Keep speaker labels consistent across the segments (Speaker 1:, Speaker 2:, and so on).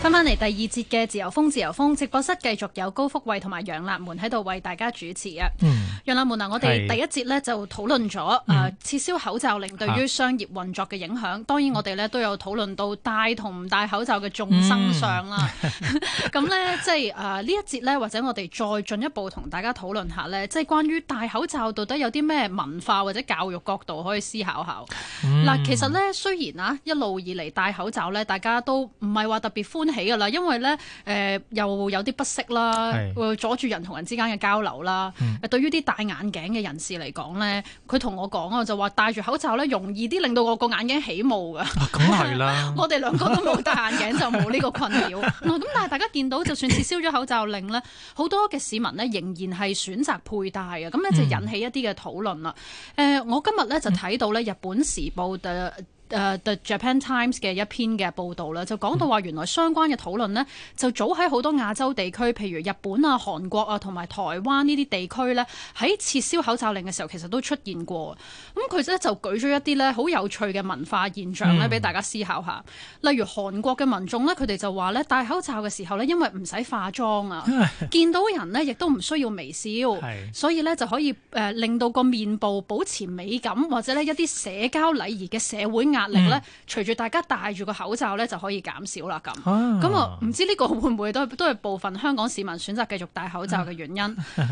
Speaker 1: 翻返嚟第二節嘅自由風，自由風直播室繼續有高福慧同埋楊立門喺度為大家主持啊。
Speaker 2: 嗯，
Speaker 1: 楊立門啊，我哋
Speaker 2: 係
Speaker 1: 第一節呢就討論咗
Speaker 2: 嗯
Speaker 1: 誒撤銷口罩令對於商業運作嘅影響。當然我哋呢都有討論到戴同唔戴口罩嘅眾生
Speaker 2: 嗯
Speaker 1: 相 啦。 咁呢，即係誒啊呢一節呢，或者我哋再進一步同大家討論下呢，即係關於戴口罩到底有啲咩文化或者教育角度可以思考下。
Speaker 2: 嗯
Speaker 1: 嗱，其實咧，雖然啊，一路以嚟戴口罩咧，大家都唔係話特別歡喜噶啦，因為咧，誒、又有啲不適啦，
Speaker 2: 係
Speaker 1: 會阻住人同人之間嘅交流啦。
Speaker 2: 嗯
Speaker 1: 對於啲戴眼鏡嘅人士嚟講咧，佢同我講啊，就話戴住口罩咧，容易啲令到我個眼鏡起霧㗎。
Speaker 2: 啊梗 係啦，
Speaker 1: 我哋兩個都冇戴眼鏡，就冇呢個困 擾。咁但係大家見到，就算撤銷咗口罩令咧，好多嘅市民咧仍然係選擇佩戴嘅，咁咧就引起一啲嘅討論啦。誒、我今日咧
Speaker 2: 嗯
Speaker 1: 就睇到咧日本時報嘅。誒、The 呃 Japan Times 嘅一篇嘅報導啦，就講到話原來相關嘅討論呢，就早喺好多亞洲地區，譬如日本啊、韓國啊同埋台灣呢啲地區呢，喺撤銷口罩令嘅時候，其實都出現過。咁佢咧就舉咗一啲咧好有趣嘅文化現象咧，
Speaker 2: 嗯
Speaker 1: 俾大家思考下。例如韓國嘅民眾咧，佢哋就話咧戴口罩嘅時候咧，因為唔使化妝 啊，見到人咧亦都唔需要微笑，
Speaker 2: 係
Speaker 1: 所以咧就可以誒、呃令到個面部保持美感，或者咧一啲社交禮儀嘅社會壓力咧，隨住大家戴住個口罩咧就可以減少啦咁。咁啊，唔知呢個會唔會都都係部分香港市民選擇繼續戴口罩嘅原因？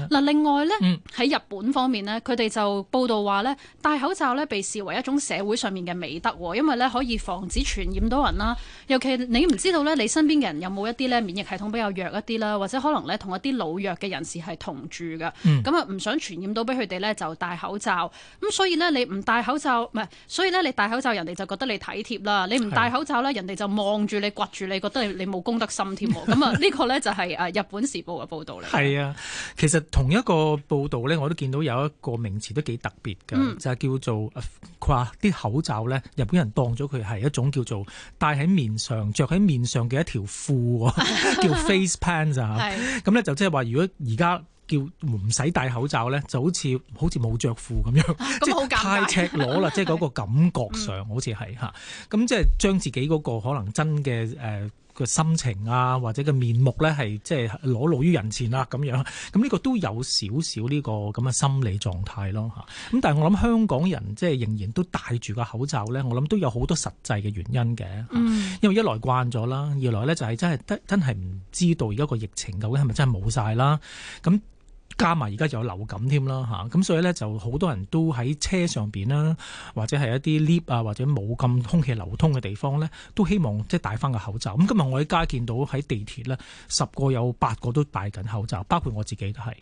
Speaker 1: 嗱，另外呢，
Speaker 2: 嗯
Speaker 1: 喺日本方面呢，佢哋就報道話呢，戴口罩呢被視為一種社會上面嘅美德喎，因為呢可以防止傳染到人啦。尤其你唔知道呢，你身邊嘅人有冇一啲呢免疫系統比較弱一啲啦，或者可能呢同一啲老弱嘅人士係同住嘅，
Speaker 2: 嗯
Speaker 1: 咁啊唔想傳染到俾佢哋呢，就戴口罩。咁所以呢，你唔戴口罩，唔係，所以呢，你戴口罩人哋就覺得你體貼啦，你唔戴
Speaker 2: 係
Speaker 1: 口罩呢，人哋就望住你掘住你，覺得你你冇公德心添喎。咁啊呢個呢，就係誒日本時報嘅報導嚟。
Speaker 2: 係啊，其實同一個報道咧，我都見到有一個名詞都幾特別嘅，
Speaker 1: 嗯
Speaker 2: 就係叫做呃佢話啲口罩咧，日本人當咗佢係一種叫做戴喺面上、着喺面上嘅一 條褲喎，叫 face pants 啊。
Speaker 1: 係。
Speaker 2: 咁咧就即係話，如果而家叫唔使戴口罩咧，就好似好似冇着褲咁樣，即
Speaker 1: 好尷
Speaker 2: 係
Speaker 1: 尬嗯
Speaker 2: 太赤 裸啦，即係嗰個感覺上好似係嚇。咁即係將自己嗰個可能真嘅誒。呃個心情啊，或者個面目咧，係即係裸露於人前啦，咁樣咁呢個都有少少呢個咁嘅心理狀態咯嚇。咁但係我諗香港人即係仍然都戴住個口罩咧，我諗都有好多實際嘅原因嘅。嚇
Speaker 1: 嗯
Speaker 2: 因為一來慣咗啦，二來咧就係真係真真係唔知道而家個疫情究竟係咪真係冇晒啦。咁加埋而家仲有流感添啦嚇，咁所以咧就好多人都喺車上邊啦，或者係一啲 lift 啊，或者冇咁空氣流通嘅地方咧，都希望即係戴翻個口罩。咁今日我喺街見到喺地鐵咧，十個有八個都戴緊口罩，包括我自己都係。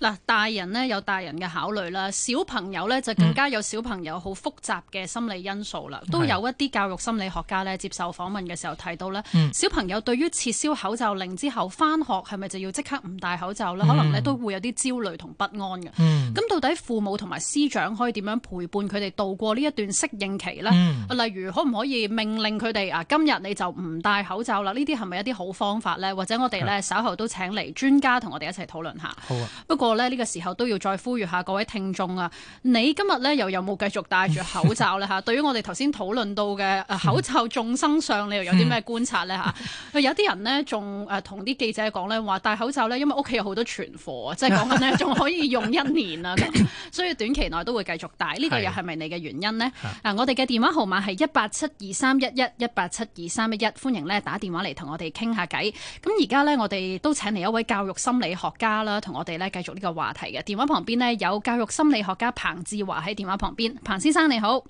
Speaker 1: 嗱，大人咧有大人嘅考慮啦，小朋友咧就
Speaker 2: 嗯
Speaker 1: 更加有小朋友好複雜嘅心理因素啦。都有一啲教育心理學家咧接受訪問嘅時候提到咧，
Speaker 2: 嗯
Speaker 1: 小朋友對於撤銷口罩令之後翻學係咪就要即刻唔戴口罩咧，可能咧都會有啲焦慮同不安嘅。
Speaker 2: 嗯，
Speaker 1: 咁到底父母同埋師長可以點樣陪伴佢哋度過呢一段適應期呢？
Speaker 2: 嗯
Speaker 1: 例如可唔可以命令佢哋啊，今日你就唔戴口罩啦？呢啲係咪一啲好方法呢？或者我哋呢，稍後都請嚟專家同我哋一齊討論下。
Speaker 2: 好啊。
Speaker 1: 不過咧，呢、個時候都要再呼籲下各位聽眾啊，你今日咧又有冇繼續戴住口罩咧嚇？對於我哋頭先討論到嘅、呃口罩眾生相，你又有啲咩觀察咧嚇？呃有啲人呢，仲誒同啲記者講咧話戴口罩咧，因為屋企有好多存貨啊，即係講緊咧仲可以用一年啊，咁所以短期內都會繼續戴。呢、個
Speaker 2: 係
Speaker 1: 又係咪你嘅原因呢？啊，我哋嘅電話號碼係一八七二三一一一八七二三一一，歡迎咧打電話嚟同我哋傾下偈。咁而家咧，我哋都請嚟一位教育心理學家啦，同我哋咧繼續呢個話題嘅。電話旁邊呢，有教育心理學家彭志華喺電話旁邊，彭先生你好。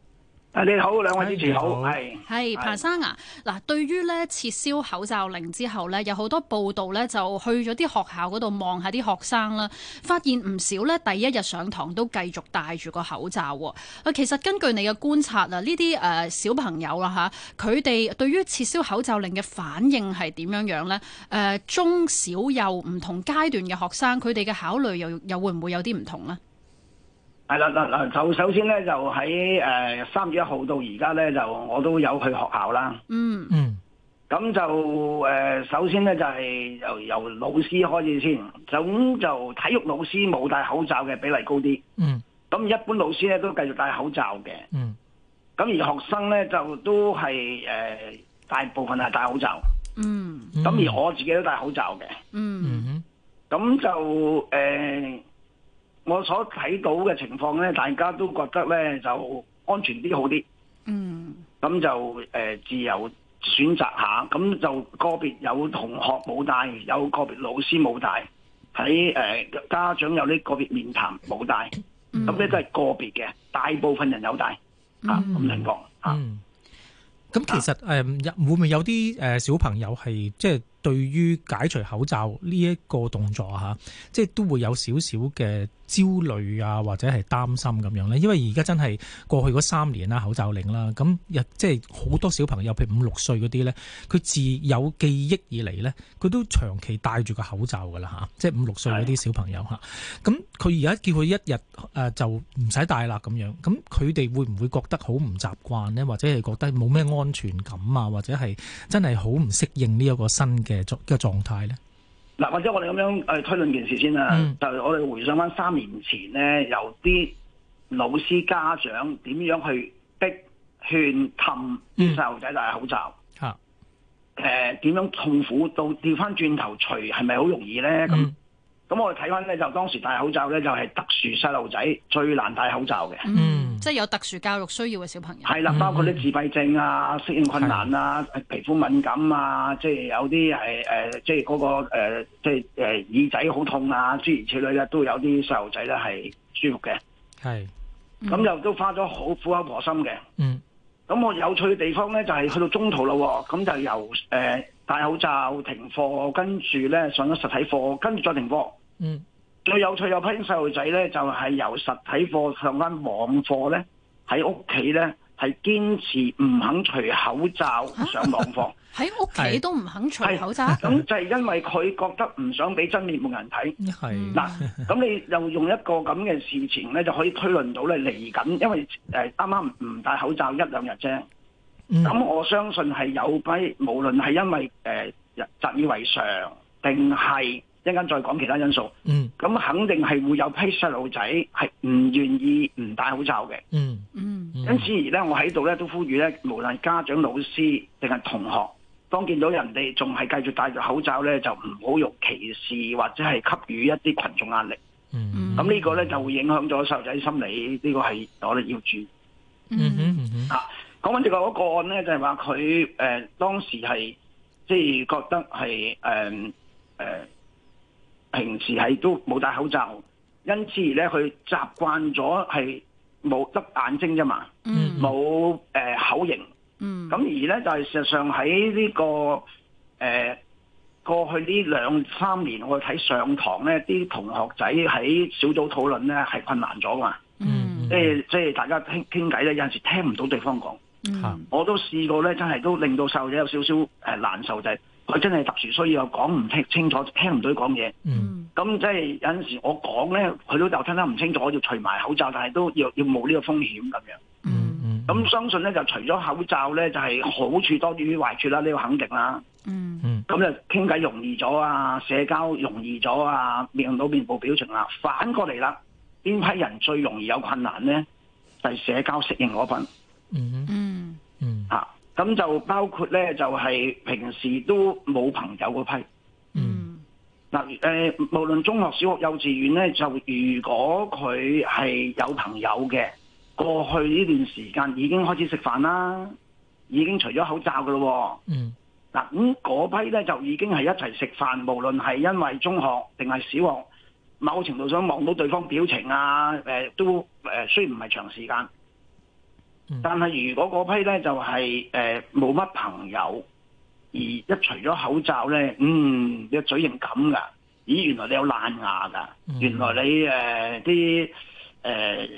Speaker 3: 啊，你好，兩位主持好，
Speaker 2: 係
Speaker 3: 係
Speaker 1: 係
Speaker 3: 係
Speaker 1: 彭生啊，嗱，對於咧撤銷口罩令之後咧，有好多報道咧就去咗啲學校嗰度望下啲學生啦，發現唔少咧第一日上堂都繼續戴住個口罩喎。啊，其實根據你嘅觀察啊，呢啲誒小朋友啦吓，佢哋對於撤銷口罩令嘅反應係點樣樣咧？誒、中小幼唔同階段嘅學生，佢哋嘅考慮又又會唔會有啲唔同呢？
Speaker 3: 係啦嗱嗱，就首先咧就喺誒三月一號到而家咧就我都有去學校啦。
Speaker 1: 嗯
Speaker 2: 嗯
Speaker 3: 咁就誒、呃首先咧就係、由由老師開始先，咁就體育老師冇戴口罩嘅比例高啲，
Speaker 2: 嗯
Speaker 3: 咁一般老師咧都繼續戴口罩嘅，
Speaker 2: 嗯
Speaker 3: 咁而學生咧就都係誒、呃大部分係戴口罩。
Speaker 1: 嗯
Speaker 2: 嗯
Speaker 3: 咁、而我自己都戴口罩嘅，
Speaker 1: 嗯
Speaker 2: 嗯
Speaker 3: 咁就誒、呃我所睇到嘅情況咧，大家都覺得咧就安全啲好啲，
Speaker 1: 嗯
Speaker 3: 咁就誒、呃自由選擇下，咁就個別有同學冇戴，有個別老師冇戴，喺誒、呃家長有啲個別面談冇戴，
Speaker 1: 嗯
Speaker 3: 咁呢都係個別嘅，大部分人有戴啊咁情況啊。
Speaker 2: 嗯咁其實誒有會唔會有啲誒小朋友係即係對於解除口罩呢一個動作啊嚇，即係都會有少少嘅焦慮啊，或者係擔心咁樣咧？因為而家真係過去嗰三年啦，啊口罩令啦，咁亦即係好多小朋友，譬如五六歲嗰啲咧，佢自有記憶以嚟咧，佢都長期戴住個口罩噶啦嚇，即係五六歲嗰啲小朋友嚇。咁佢而家叫佢一日誒就唔使戴啦咁樣，咁佢哋會唔會覺得好唔習慣呢？或者係覺得冇咩安全感啊？或者係真係好唔適應呢一個新嘅狀嘅狀態呢？
Speaker 3: 嗱，或者我哋咁樣誒推論件事先啦，
Speaker 2: 嗯
Speaker 3: 就我哋回想翻三年前咧，有啲老師家長點樣去逼勸氹
Speaker 2: 嗯
Speaker 3: 啲細路仔戴口罩，
Speaker 2: 嚇，
Speaker 3: 誒、點樣痛苦到調翻轉頭除係咪好容易咧？咁
Speaker 2: 嗯
Speaker 3: 咁、我哋睇翻咧，就當時戴口罩咧就係特殊細路仔最難戴口罩嘅，
Speaker 1: 嗯，即係有特殊教育需要嘅小朋友。
Speaker 3: 係啦，包括啲自閉症啊、適應困難啊、皮膚敏感啊，即係有啲係誒，即係嗰、個、呃、即係誒、呃耳仔好痛啊，諸如此類咧，都有啲細路仔咧係舒服嘅，
Speaker 2: 係，
Speaker 3: 咁又都花咗好苦口婆心嘅。
Speaker 2: 嗯
Speaker 3: 咁我有趣嘅地方咧，就係、去到中途咯喎，咁就由誒、呃戴口罩停課，跟住咧上咗實體課，跟住再停課。
Speaker 2: 嗯
Speaker 3: 最有趣有批細路仔咧，就係、由實體課上翻網課咧，喺屋企咧係堅持唔肯除口罩上網課，
Speaker 1: 喺屋企都唔肯除口罩。
Speaker 3: 咁就係因為佢覺得唔想俾真面目人睇。
Speaker 1: 嗯
Speaker 2: 係，
Speaker 3: 嗱，咁你又用一個咁嘅事情咧，就可以推論到咧嚟緊，因為呃誒啱啱唔戴口罩一兩日啫。
Speaker 2: 嗯
Speaker 3: 咁我相信係有批，無論係因為誒習以為常，定係一陣間再講其他因素。
Speaker 2: 嗯
Speaker 3: 咁肯定係會有批細路仔係唔願意唔戴口罩嘅，
Speaker 2: 嗯
Speaker 1: 嗯
Speaker 2: 嗯
Speaker 3: 因此而咧，我喺度咧都呼籲咧，無論家長、老師定係同學，當見到人哋仲係繼續戴住口罩咧，就唔好用歧視或者係給予一啲群眾壓力。
Speaker 2: 嗯
Speaker 3: 咁呢個咧就會影響咗細路仔心理，呢個係我哋要注意。
Speaker 2: 嗯
Speaker 1: 嗯
Speaker 2: 嗯嗯
Speaker 3: 講翻另外嗰個案咧，就係話佢誒當時係即係覺得係誒誒平時係都冇戴口罩，因此而咧佢習慣咗係冇得眼睛啫嘛，
Speaker 1: 嗯
Speaker 3: 冇誒、呃口型。
Speaker 1: 嗯
Speaker 3: 咁而咧就係、事實上喺呢、個誒、呃、過去呢兩三年，我睇上堂咧，啲同學仔喺小組討論咧係困難咗嘛，
Speaker 1: 嗯
Speaker 3: 即係即係大家傾傾偈咧，有陣時聽唔到對方講。
Speaker 1: 嗯
Speaker 3: 我都試過咧，真係都令到細路仔有少少誒難受，就係佢真係特殊需要，又講唔聽清楚，呃聽唔到佢講嘢。
Speaker 2: 嗯
Speaker 3: 咁即係有陣時我講咧，佢都又聽得唔清楚，我要除埋口罩，但係都要要冇呢個風險咁樣。
Speaker 1: 嗯
Speaker 2: 嗯
Speaker 3: 咁相信咧就除咗口罩咧，就係、好處多於壞處啦，呢、個肯定啦。
Speaker 1: 嗯
Speaker 2: 嗯
Speaker 3: 咁就傾偈容易咗啊，社交容易咗啊，面到面部表情啦。反過嚟啦，邊批人最容易有困難咧？就係、社交適應嗰份。
Speaker 2: 嗯
Speaker 1: 嗯
Speaker 2: 嗯
Speaker 3: 啊，咁就包括咧，就係、平時都冇朋友嗰批。
Speaker 1: 嗯
Speaker 3: 嗱，誒，無論中學、小學、幼稚園咧，就如果佢係有朋友嘅，過去呢段時間已經開始食飯啦，已經除咗口罩噶咯
Speaker 2: 嗯
Speaker 3: 喎。嗱，咁嗰批咧就已經係一齊食飯，無論係因為中學定係小學，某程度上望到對方表情啊，誒、都誒、雖然唔係長時間，
Speaker 2: 嗯
Speaker 3: 但係如果嗰批咧就係誒冇乜朋友，而一除咗口罩咧，嗯，你個嘴型咁噶，咦，原來你有爛牙噶
Speaker 2: 嗯，
Speaker 3: 原來你誒呃啲誒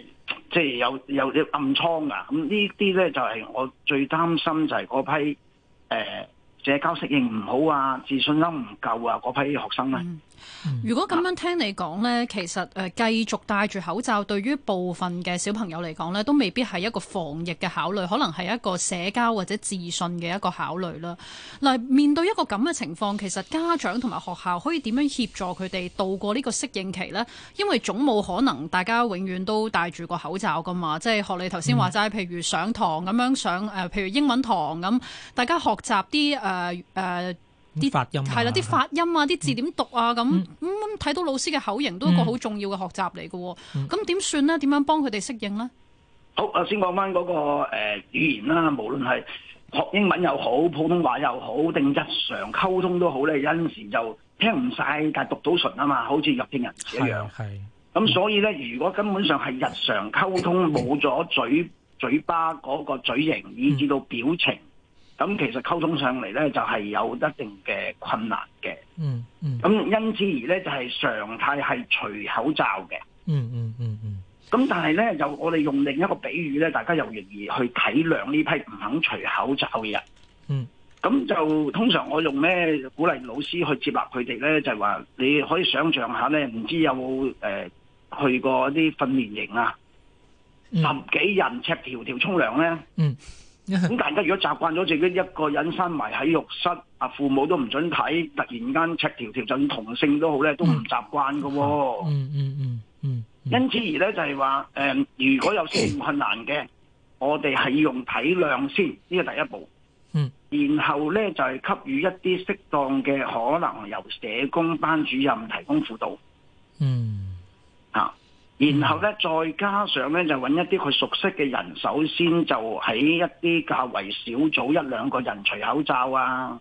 Speaker 3: 即係有有有暗瘡噶，咁呢啲咧就係、我最擔心就係嗰批誒、呃社交適應唔好啊，自信心唔夠啊嗰批學生咧。
Speaker 1: 嗯。如果咁樣聽你講呢，其實誒繼續戴住口罩，對於部分嘅小朋友嚟講呢，都未必係一個防疫嘅考慮，可能係一個社交或者自信嘅一個考慮啦。嗱，面對一個咁嘅情況，其實家長同埋學校可以點樣協助佢哋度過呢個適應期呢？因為總冇可能大家永遠都戴住個口罩噶嘛，即係學你頭先話齋，譬如上堂咁樣上誒、呃譬如英文堂咁，大家學習啲誒誒誒啲
Speaker 2: 發音
Speaker 1: 係啦，啲發音啊，啲字點讀啊，咁
Speaker 2: 嗯
Speaker 1: 咁咁睇到老師嘅口型都一個
Speaker 2: 嗯
Speaker 1: 好重要嘅學習嚟嘅喎。
Speaker 2: 嗯
Speaker 1: 咁點算呢？點樣幫佢哋適應呢？
Speaker 3: 好，啊，先講翻嗰個誒語言啦，無論係學英文又好，普通話又好，定日常溝通都好咧，有陣時就聽唔晒，但係讀到唇啊嘛，好似入聽人士一樣
Speaker 2: 係。啊係
Speaker 3: 咁所以咧，如果根本上係日常溝通冇咗嘴嘴巴嗰個嘴型，以至到表情，咁其實溝通上嚟咧就係有一定嘅困難嘅。
Speaker 2: 嗯嗯
Speaker 3: 咁因此而咧就係常態係除口罩嘅。
Speaker 2: 嗯嗯嗯嗯
Speaker 3: 咁但係咧，又我哋用另一個比喻咧，大家又容易去體諒呢批唔肯除口罩嘅人。
Speaker 2: 嗯。
Speaker 3: 咁就通常我用咧鼓勵老師去接納佢哋咧，就係話你可以想象下咧，唔知有冇誒、呃去過啲訓練營啊，
Speaker 2: 嗯
Speaker 3: 十幾人赤條條沖涼咧。
Speaker 2: 嗯
Speaker 3: 咁大家如果習慣咗自己一個人閂埋喺浴室，啊父母都唔准睇，突然間赤條條，就算同性都好咧，都唔習慣噶喎。
Speaker 2: 嗯嗯嗯嗯
Speaker 3: 因此而咧就係話誒，如果有適應困難嘅，我哋係要用體諒先，呢個第一步。
Speaker 2: 嗯。
Speaker 3: 然後咧就係、給予一啲適當嘅可能由社工班主任提供輔導
Speaker 2: 嗯
Speaker 3: 啊。然後咧再加上咧就揾一啲佢熟悉嘅人，首先就喺一啲較為小組一兩個人除口罩啊。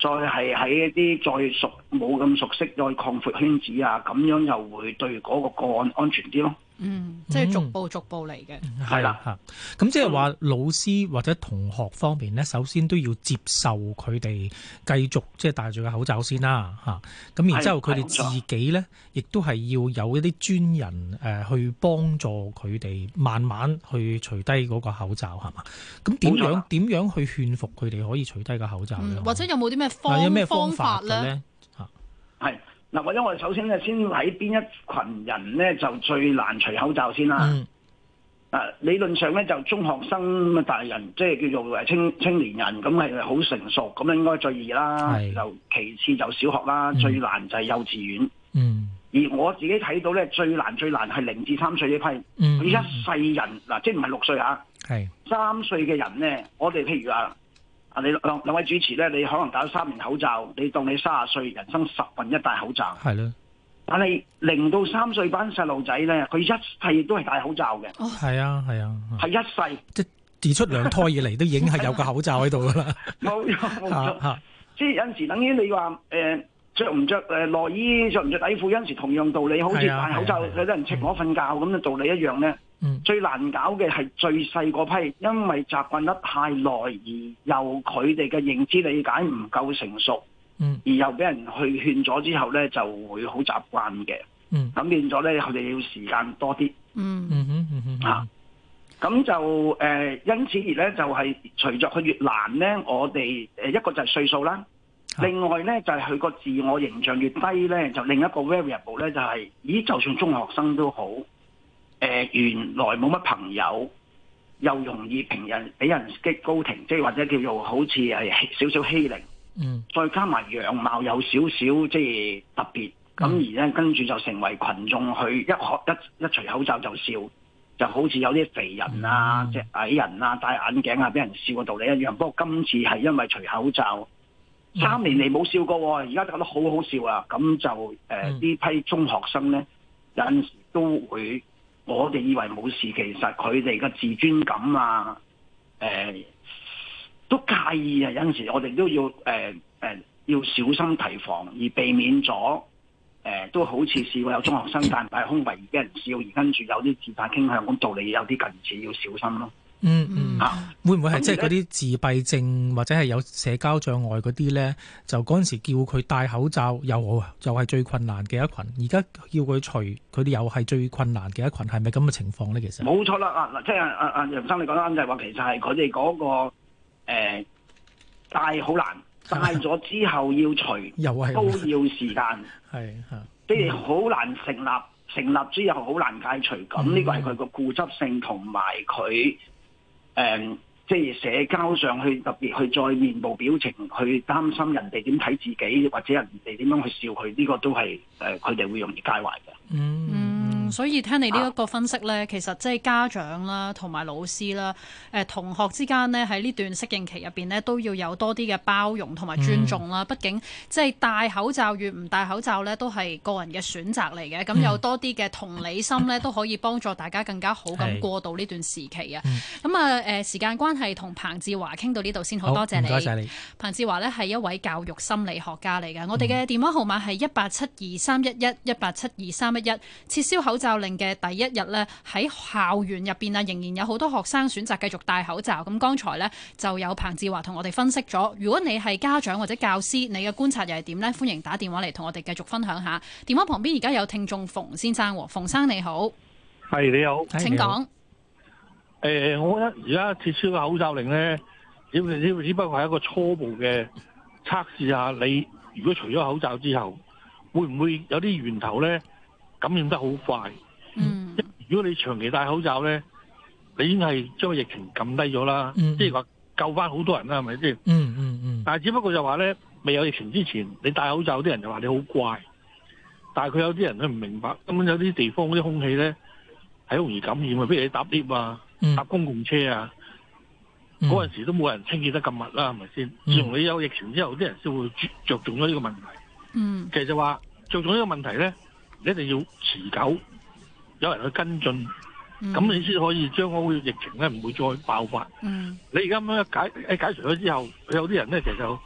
Speaker 3: 再係喺一啲再熟冇咁熟悉，再擴闊圈子啊，咁樣又會對嗰個個案安全啲咯。
Speaker 1: 嗯，即係逐步逐步嚟嘅。
Speaker 2: 係啦嚇。咁即係話老師或者同學方面咧，首先都要接受佢哋繼續即係戴住個口罩先啦嚇。咁然之後佢哋自己咧，亦都係要有一啲專人誒去幫助佢哋慢慢去除低嗰個口罩係嘛？咁點樣點樣去勸服佢哋可以除低個口罩咧
Speaker 1: 嗯？或者有冇啲咩
Speaker 2: 有
Speaker 1: 方
Speaker 2: 咩
Speaker 1: 方
Speaker 2: 法
Speaker 1: 法
Speaker 2: 嘅
Speaker 1: 咧？
Speaker 2: 咧？
Speaker 3: 係嗱，或者我哋首先咧，先喺邊一群人咧就最難除口罩先啦。
Speaker 2: 嗯
Speaker 3: 啊，理論上咧就中學生咁嘅大人，即係叫做誒青青年人，咁係好成熟，咁應該最易啦。
Speaker 2: 係
Speaker 3: 就其次就小學啦，
Speaker 2: 嗯
Speaker 3: 最難就係幼稚園。
Speaker 2: 嗯
Speaker 3: 而我自己睇到咧，最難最難係零至三歲呢批，
Speaker 2: 嗯，
Speaker 3: 佢一世人嗱，即係唔係六歲嚇，
Speaker 2: 係
Speaker 3: 三歲嘅人咧，我哋譬如啊。啊！你兩兩位主持咧，你可能戴咗三年口罩，你當你三十歲，人生十分一戴口罩。
Speaker 2: 係啦，
Speaker 3: 但係零到三歲班細路仔咧，佢一世都係戴口罩嘅，
Speaker 2: 係啊係啊。
Speaker 3: 係一世
Speaker 2: 自出娘胎以嚟都已經係有個口罩喺度噶啦，
Speaker 3: 冇冇
Speaker 2: 嚇
Speaker 3: 錯。
Speaker 2: 嚇，
Speaker 3: 即係有陣時等於你話誒著唔着誒內衣，着唔着底褲，有陣時同樣道理，好似
Speaker 2: 係啊
Speaker 3: 戴口罩
Speaker 2: 係啊係啊
Speaker 3: 有啲人赤裸瞓覺咁嘅道理一樣咧。
Speaker 2: 嗯
Speaker 3: 最難搞嘅係最細嗰批，因為習慣得太耐，而由佢哋嘅認知理解唔夠成熟，
Speaker 2: 嗯
Speaker 3: 而又俾人去勸咗之後咧，就會好習慣嘅。
Speaker 2: 嗯
Speaker 3: 咁變咗咧，佢哋要時間多啲。
Speaker 1: 嗯
Speaker 2: 嗯哼嗯哼
Speaker 3: 啊咁就誒、呃因此而咧就係、隨着佢越難咧，我哋誒一個就係歲數啦，
Speaker 2: 啊
Speaker 3: 另外咧就係、佢個自我形象越低咧，就另一個 variable 咧就係、咦，就算中學生都好，誒、原來冇乜朋友，又容易平人俾人激高停，即係或者叫做好似係少少欺凌，
Speaker 2: 嗯
Speaker 3: 再加埋樣貌有少少即係特別，咁
Speaker 2: 嗯
Speaker 3: 而咧跟住就成為群眾去一學一一除口罩就笑，就好似有啲肥人啊、
Speaker 2: 嗯
Speaker 3: 隻矮人啊、戴眼鏡啊俾人笑嘅道理一樣。不過今次係因為除口罩，
Speaker 2: 嗯
Speaker 3: 三年嚟冇笑過喎，而家覺得好好笑啊！咁就誒呢、
Speaker 2: 嗯
Speaker 3: 批中學生咧，有陣時都會我哋以為冇事，其實佢哋嘅自尊感啊，誒、都介意啊！有陣時我哋都要誒誒、要小心提防，而避免咗。誒、都好似試過有中學生但係胸圍而俾人笑，而跟住有啲自殺傾向，咁道理有啲近似，要小心咯。
Speaker 2: 嗯
Speaker 1: 嗯
Speaker 2: 嗯，會唔會係
Speaker 3: 咁
Speaker 2: 即係嗰啲自閉症或者係有社交障礙嗰啲咧？就嗰陣時叫佢戴口罩又好，啊又係最困難嘅一群。而家叫佢除，佢哋又係最困難嘅一群，係咪咁嘅情況咧？其實，
Speaker 3: 冇錯啦，啊嗱，即係啊啊啊楊生你講得啱，就係話其實係佢哋嗰個誒、戴好難，戴咗之後要除
Speaker 2: 又係
Speaker 3: 都要時間，
Speaker 2: 係嚇，
Speaker 3: 即係好難成立，成立之後好難解除。咁呢個係佢個固執性同埋佢誒。即係社交上去特別去再面部表情去擔心人哋點睇自己，或者人哋點樣去笑佢，呢、個都係誒佢哋會容易介懷嘅。
Speaker 2: 嗯
Speaker 1: 嗯，所以聽你呢一個分析呢，其實即係家長啦，同埋老師啦，誒同學之間呢，喺呢段適應期入邊呢，都要有多啲嘅包容同埋尊重啦。
Speaker 2: 嗯
Speaker 1: 畢竟即係戴口罩與唔戴口罩呢，都係個人嘅選擇嚟嘅。
Speaker 2: 嗯
Speaker 1: 咁有多啲嘅同理心呢，都可以幫助大家更加好
Speaker 2: 係
Speaker 1: 咁過渡呢段時期啊
Speaker 2: 嗯。
Speaker 1: 咁啊誒時間關係，同彭志華傾到呢度先，好
Speaker 2: 好
Speaker 1: 多謝
Speaker 2: 唔該晒
Speaker 1: 你。
Speaker 2: 你，
Speaker 1: 彭志華呢係一位教育心理學家嚟嘅，我哋嘅電話號碼係一八七二三一一一八七二三一一。撤銷口罩令嘅第一日呢，喺校園入邊啊，仍然有好多學生選擇繼續戴口罩。咁剛才呢，就有彭志華同我哋分析咗，如果你係家長或者教師，你嘅觀察又係點呢？歡迎打電話嚟同我哋繼續分享下。電話旁邊而家有聽眾馮先生喎，馮生你好，
Speaker 3: 係你好，
Speaker 2: 係
Speaker 1: 請
Speaker 2: 你好
Speaker 1: 講。
Speaker 3: 诶、我覺得而家撤銷嘅口罩令咧，只只只不過係一個初步嘅測試下你如果除咗口罩之後，會唔會有啲源頭咧感染得好快？
Speaker 1: 嗯
Speaker 3: 如果你長期戴口罩咧，你已經係將個疫情撳低咗啦，
Speaker 2: 嗯
Speaker 3: 即係話救翻好多人啦，係咪先？
Speaker 2: 嗯嗯
Speaker 3: 但係只不過就話咧，未有疫情之前，你戴口罩啲人就話你好怪，但係佢有啲人佢唔明白，根本有啲地方嗰啲空氣咧係好容易感染嘅，譬如你搭 lift 啊、
Speaker 2: 嗯
Speaker 3: 搭公共車啊，
Speaker 2: 嗯，
Speaker 3: 嗰陣時都冇人清潔得咁密啦，係咪先？
Speaker 2: 嗯
Speaker 3: 自從你有疫情之後，啲人先會着着重咗呢個問題。
Speaker 1: 嗯
Speaker 3: 其實就話着重呢個問題咧，你一定要持久，有人去跟進，
Speaker 1: 嗯，
Speaker 3: 咁你先可以將嗰個疫情咧唔會再爆發。
Speaker 1: 嗯
Speaker 3: 你而家咁樣解誒解除咗之後，有啲人咧其實就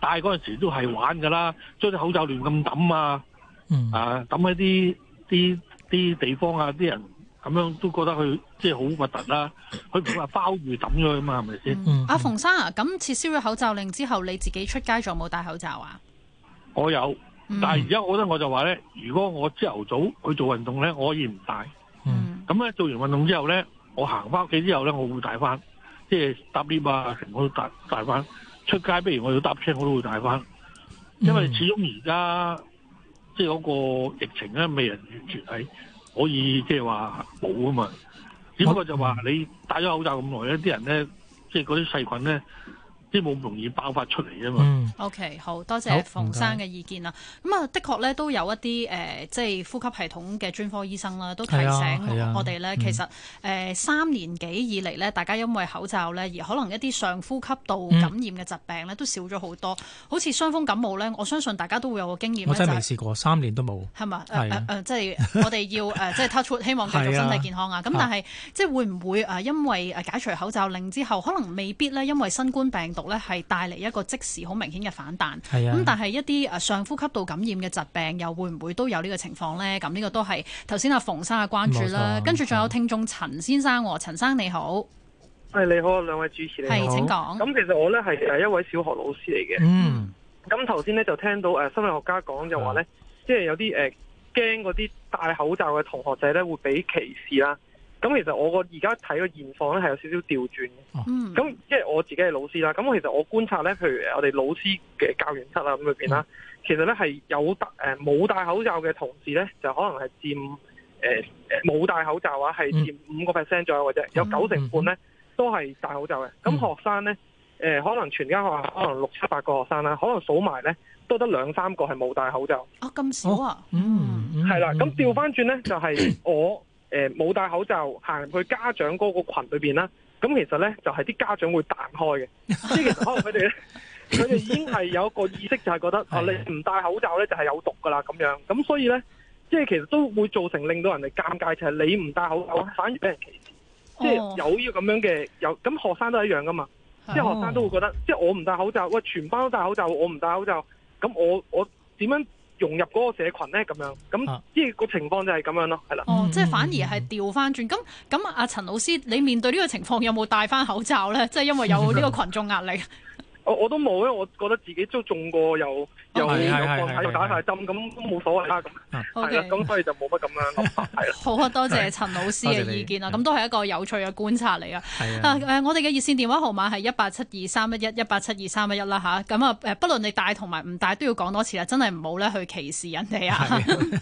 Speaker 3: 戴嗰陣時都係玩㗎啦，將啲口罩亂咁抌啊，
Speaker 2: 嗯
Speaker 3: 啊抌喺啲啲啲地方啊，啲人咁樣都覺得佢即係好核突啦。佢唔會話包住抌咗㗎嘛，係咪先？
Speaker 1: 嗯
Speaker 2: 嗯
Speaker 1: 阿馮生啊，咁撤銷咗口罩令之後，你自己出街仲有冇戴口罩啊？
Speaker 3: 我有，
Speaker 1: 嗯
Speaker 3: 但係而家我覺得我就話咧，如果我朝頭早去做運動咧，我可以唔戴。
Speaker 2: 嗯
Speaker 1: 嗯
Speaker 3: 咁咧做完運動之後咧，我行翻屋企之後咧，我會戴翻，即係搭 lift 啊，成我都戴戴翻。出街不如我要搭車，我都會戴翻。
Speaker 2: 嗯
Speaker 3: 因為始終而啊家即係嗰個疫情咧，未人完全係可以即係話冇啊嘛。只不過就話你戴咗口罩咁耐咧，啲人咧即係嗰啲細菌咧，即係冇咁容易爆發出嚟啊嘛。
Speaker 2: 嗯
Speaker 1: OK，好多
Speaker 2: 好
Speaker 1: 謝
Speaker 2: 唔
Speaker 1: 馮
Speaker 2: 該
Speaker 1: 生嘅意見啦。咁啊，的確咧都有一啲誒、呃即係呼吸系統嘅專科醫生啦，都提
Speaker 2: 係啊係啊
Speaker 1: 醒我哋咧，
Speaker 2: 嗯
Speaker 1: 其實誒、呃三年幾以嚟咧，大家因為口罩咧，而可能一啲上呼吸道
Speaker 2: 嗯
Speaker 1: 感染嘅疾病咧，都少咗好多。好似傷風感冒咧，我相信大家都會有個經驗咧，
Speaker 2: 我真
Speaker 1: 就
Speaker 2: 係
Speaker 1: 係
Speaker 2: 未試過，三年都冇。
Speaker 1: 係咪？誒
Speaker 2: 係啊
Speaker 1: 誒呃誒，即係我哋要呃誒，即係 touch wood，希望繼續
Speaker 2: 係啊
Speaker 1: 身體健康啊！咁
Speaker 2: 啊
Speaker 1: 但係即係會唔會誒，因為誒解除口罩令之後，可能未必咧，因為新冠病毒咧係帶嚟一個即時好明顯嘅反彈。
Speaker 2: 係啊
Speaker 1: 咁，但係一啲誒上呼吸道感染嘅疾病，又會唔會都有呢個情況呢？咁呢個都係頭先阿馮生嘅關注啦
Speaker 2: 冇。錯
Speaker 1: 跟住仲有聽眾陳先生喎，陳生你好，
Speaker 4: 係你好，啊兩位主持你
Speaker 1: 係
Speaker 4: 好。
Speaker 1: 請講。
Speaker 4: 咁其實我咧係誒一位小學老師嚟嘅。
Speaker 2: 嗯
Speaker 4: 咁頭先咧就聽到誒心理學家講就話咧，即係有啲誒驚嗰啲戴口罩嘅同學仔咧會俾歧視啦。咁其實我個而家睇個現況咧係有少少調轉嘅。
Speaker 1: 嗯，
Speaker 4: 咁因為我自己係老師啦，咁其實我觀察咧，譬如我哋老師嘅教員室啊咁裏邊啦，其實咧係有戴誒冇戴口罩嘅同事咧，就可能係佔誒誒冇戴口罩啊，係佔五個 percent 左右嘅啫，有九成半咧都係戴口罩嘅。
Speaker 2: 嗯
Speaker 4: 咁學生咧誒、可能全間學校可能六七百個學生啦，可能數埋咧都得兩三個係冇戴口罩，
Speaker 1: 哦咁少啊，
Speaker 2: 嗯，嗯
Speaker 4: 係啦。咁調，翻轉咧就係、 我誒冇、戴口罩行入去家長嗰個群裏邊啦。咁其實咧就係、啲家長會彈開嘅。即係其實可能佢哋 咧，佢哋已經係有一個意識，就係覺得啊，你唔戴口罩咧就係有毒噶啦咁樣。咁所以咧，即係其實都會造成令到人哋尷尬，就係、你唔戴口罩反而俾人歧視。即係
Speaker 1: 哦
Speaker 4: 有呢個咁樣嘅有，咁學生都係一樣噶嘛。
Speaker 1: 係
Speaker 2: 啊
Speaker 4: 即係學生
Speaker 2: 哦
Speaker 4: 都會覺得，即係我唔戴口罩，喂，全班都戴口罩，我唔戴口罩，咁我我點樣融入嗰個社群咧？咁樣，咁
Speaker 2: 啊
Speaker 4: 即係個情況就係咁樣咯，係啦。
Speaker 1: 哦
Speaker 2: 嗯，
Speaker 1: 即係反而係調翻轉。咁咁，啊阿陳老師，你面對呢個情況有冇戴翻口罩咧？即係因為有呢 個群眾壓力。
Speaker 4: 我我都冇，因為我覺得自己都中過又又又
Speaker 2: 哦係係係
Speaker 4: 抗體又打晒針，咁都冇所謂啦。咁
Speaker 1: O
Speaker 4: 係啦，
Speaker 1: K，
Speaker 4: 咁所以就冇乜咁樣諗法，係啦。
Speaker 1: 好啊，多謝陳老師
Speaker 2: 多謝
Speaker 1: 嘅
Speaker 2: 你
Speaker 1: 意見啊，咁都係一個有趣嘅觀察嚟啊。
Speaker 2: 係
Speaker 1: 啊
Speaker 2: 啊，
Speaker 1: 誒，我哋嘅熱線電話號碼係一八七二三一一一八七二三一一啦吓，咁啊誒，不論你戴同埋唔戴都要講多次啊，真係唔好咧去歧視人哋啊。
Speaker 2: 係